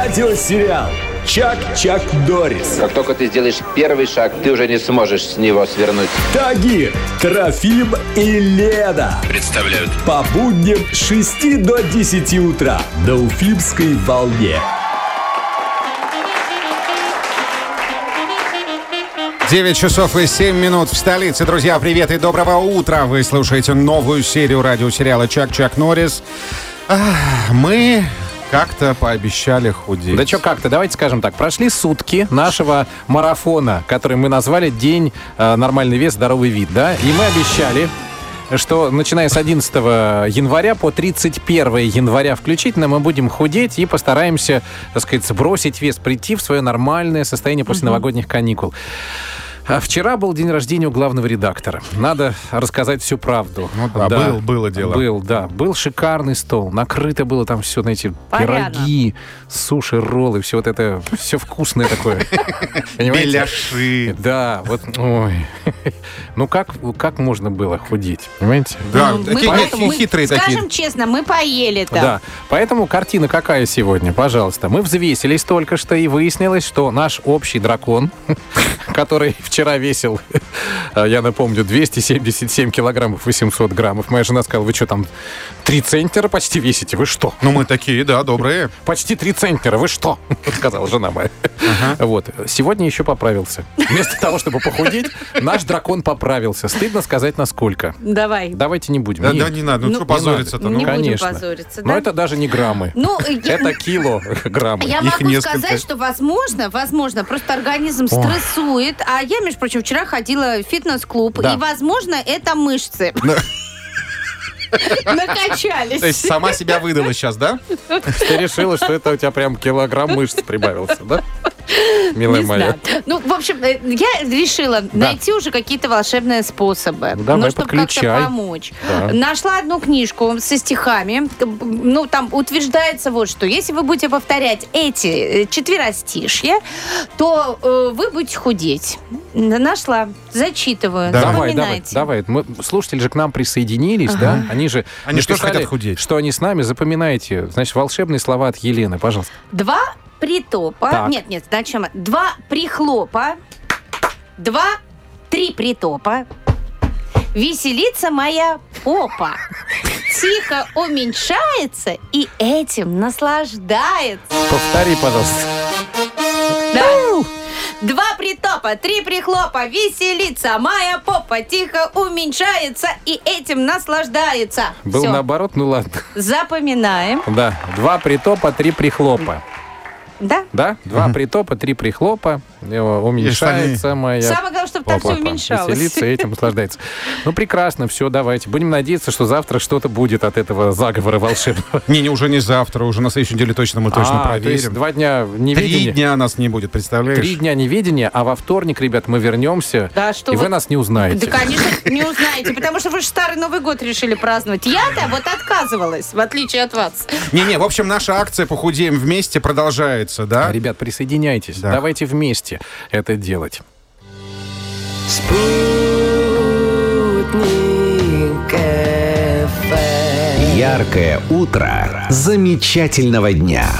Радиосериал «Чак-Чак Дорис». Как только ты сделаешь первый шаг, ты уже не сможешь с него свернуть. Тагир, Трофим и Леда. представляют По будням с 6 до 10 утра на Уфимской волне. Девять часов и семь минут в столице. Друзья, привет и доброго утра. Вы слушаете новую серию радиосериала «Чак-Чак Норрис». Ах, мы как-то пообещали худеть. Да что как-то, давайте скажем так. Прошли сутки нашего марафона, который мы назвали «День э, нормальный вес, здоровый вид», да? И мы обещали что начиная с 11 января по 31 января включительно мы будем худеть и постараемся, так сказать, сбросить вес, прийти в свое нормальное состояние после новогодних каникул. А вчера был день рождения у главного редактора. Надо рассказать всю правду. Ну да, был- было дело. Был, да. Был шикарный стол. Накрыто было там все, знаете, Порядок. пироги, суши, роллы, все вот это, все вкусное такое. Понимаете? Беляши. Да, вот, ой. Ну как, как можно было худеть, понимаете? Да, Ну, мы такие поэтому- мы- хитрые такие. Скажем честно, мы поели Да. там. Поэтому картина какая сегодня, пожалуйста. Мы взвесились только что и выяснилось, что наш общий дракон, который вчера весил, э, я напомню, 277 килограммов 800 граммов. Моя жена сказала, вы что там, три центнера почти весите? Вы что? Ну мы такие, да, добрые. Почти три центнера, вы что? Сказала жена моя. Вот. Сегодня еще поправился. Вместо того, чтобы похудеть, наш дракон поправился. Стыдно сказать, насколько. Давай. Давайте не будем. Да, Не, да, не надо, ну, Ну, что не позориться-то. надо. ну? Не будем конечно. позориться, Но да? это даже не граммы. Ну, я- Это кило граммы. Я Их могу несколько. сказать, что возможно, возможно, просто организм стрессует. А я, между прочим, вчера ходила в фитнес-клуб, Да. и, возможно, это мышцы. То есть Накачались. сама себя выдала сейчас, да? Ты решила, что это у тебя прям килограмм мышц прибавился, да? Милая Не моя. знаю. Ну, в общем, э, я решила найти уже какие-то волшебные способы. Ну, давай, ну, чтобы подключай. как-то помочь. Да. Нашла одну книжку со стихами. Ну, там утверждается вот что. Если вы будете повторять эти э, четверостишья, то э, вы будете худеть. Н- Нашла. Зачитываю. Да. Давай, давай, Запоминайте. давай. Мы, слушатели же к нам присоединились, да? Они же Они же тоже написали, хотят худеть. Что они с нами, запоминайте. Значит, волшебные слова от Елены, пожалуйста. Два притопа. Так. Нет, нет, начнем. Два прихлопа. Два, три притопа. Веселится моя попа. Тихо уменьшается и этим наслаждается. Повтори, пожалуйста. Да. Два притопа, три прихлопа, веселится моя попа, тихо уменьшается и этим наслаждается. Был Всё. наоборот, ну ладно. Запоминаем, Да, два притопа, три прихлопа. да? Да? Два притопа, три прихлопа. Э, Уменьшается моя... Самое главное, чтобы там все Опа-па. уменьшалось. Веселиться и этим наслаждается. Ну, прекрасно, все, давайте. Будем надеяться, что завтра что-то будет от этого заговора волшебного. Не, не, уже не завтра, уже на следующей неделе точно мы точно А, то есть проверим. два дня Три неведения. дня нас не будет, Три представляешь? дня неведения, а во вторник, ребят, мы вернемся, Да, что и вы вы- нас не Да, узнаете. конечно, не узнаете, потому что вы же Старый Новый год решили праздновать. Я-то вот отказывалась, в отличие от вас. Не-не, в общем, наша акция «Похудеем вместе» продолжается, да? Ребят, присоединяйтесь. Да. Давайте вместе это делать. Яркое утро замечательного дня.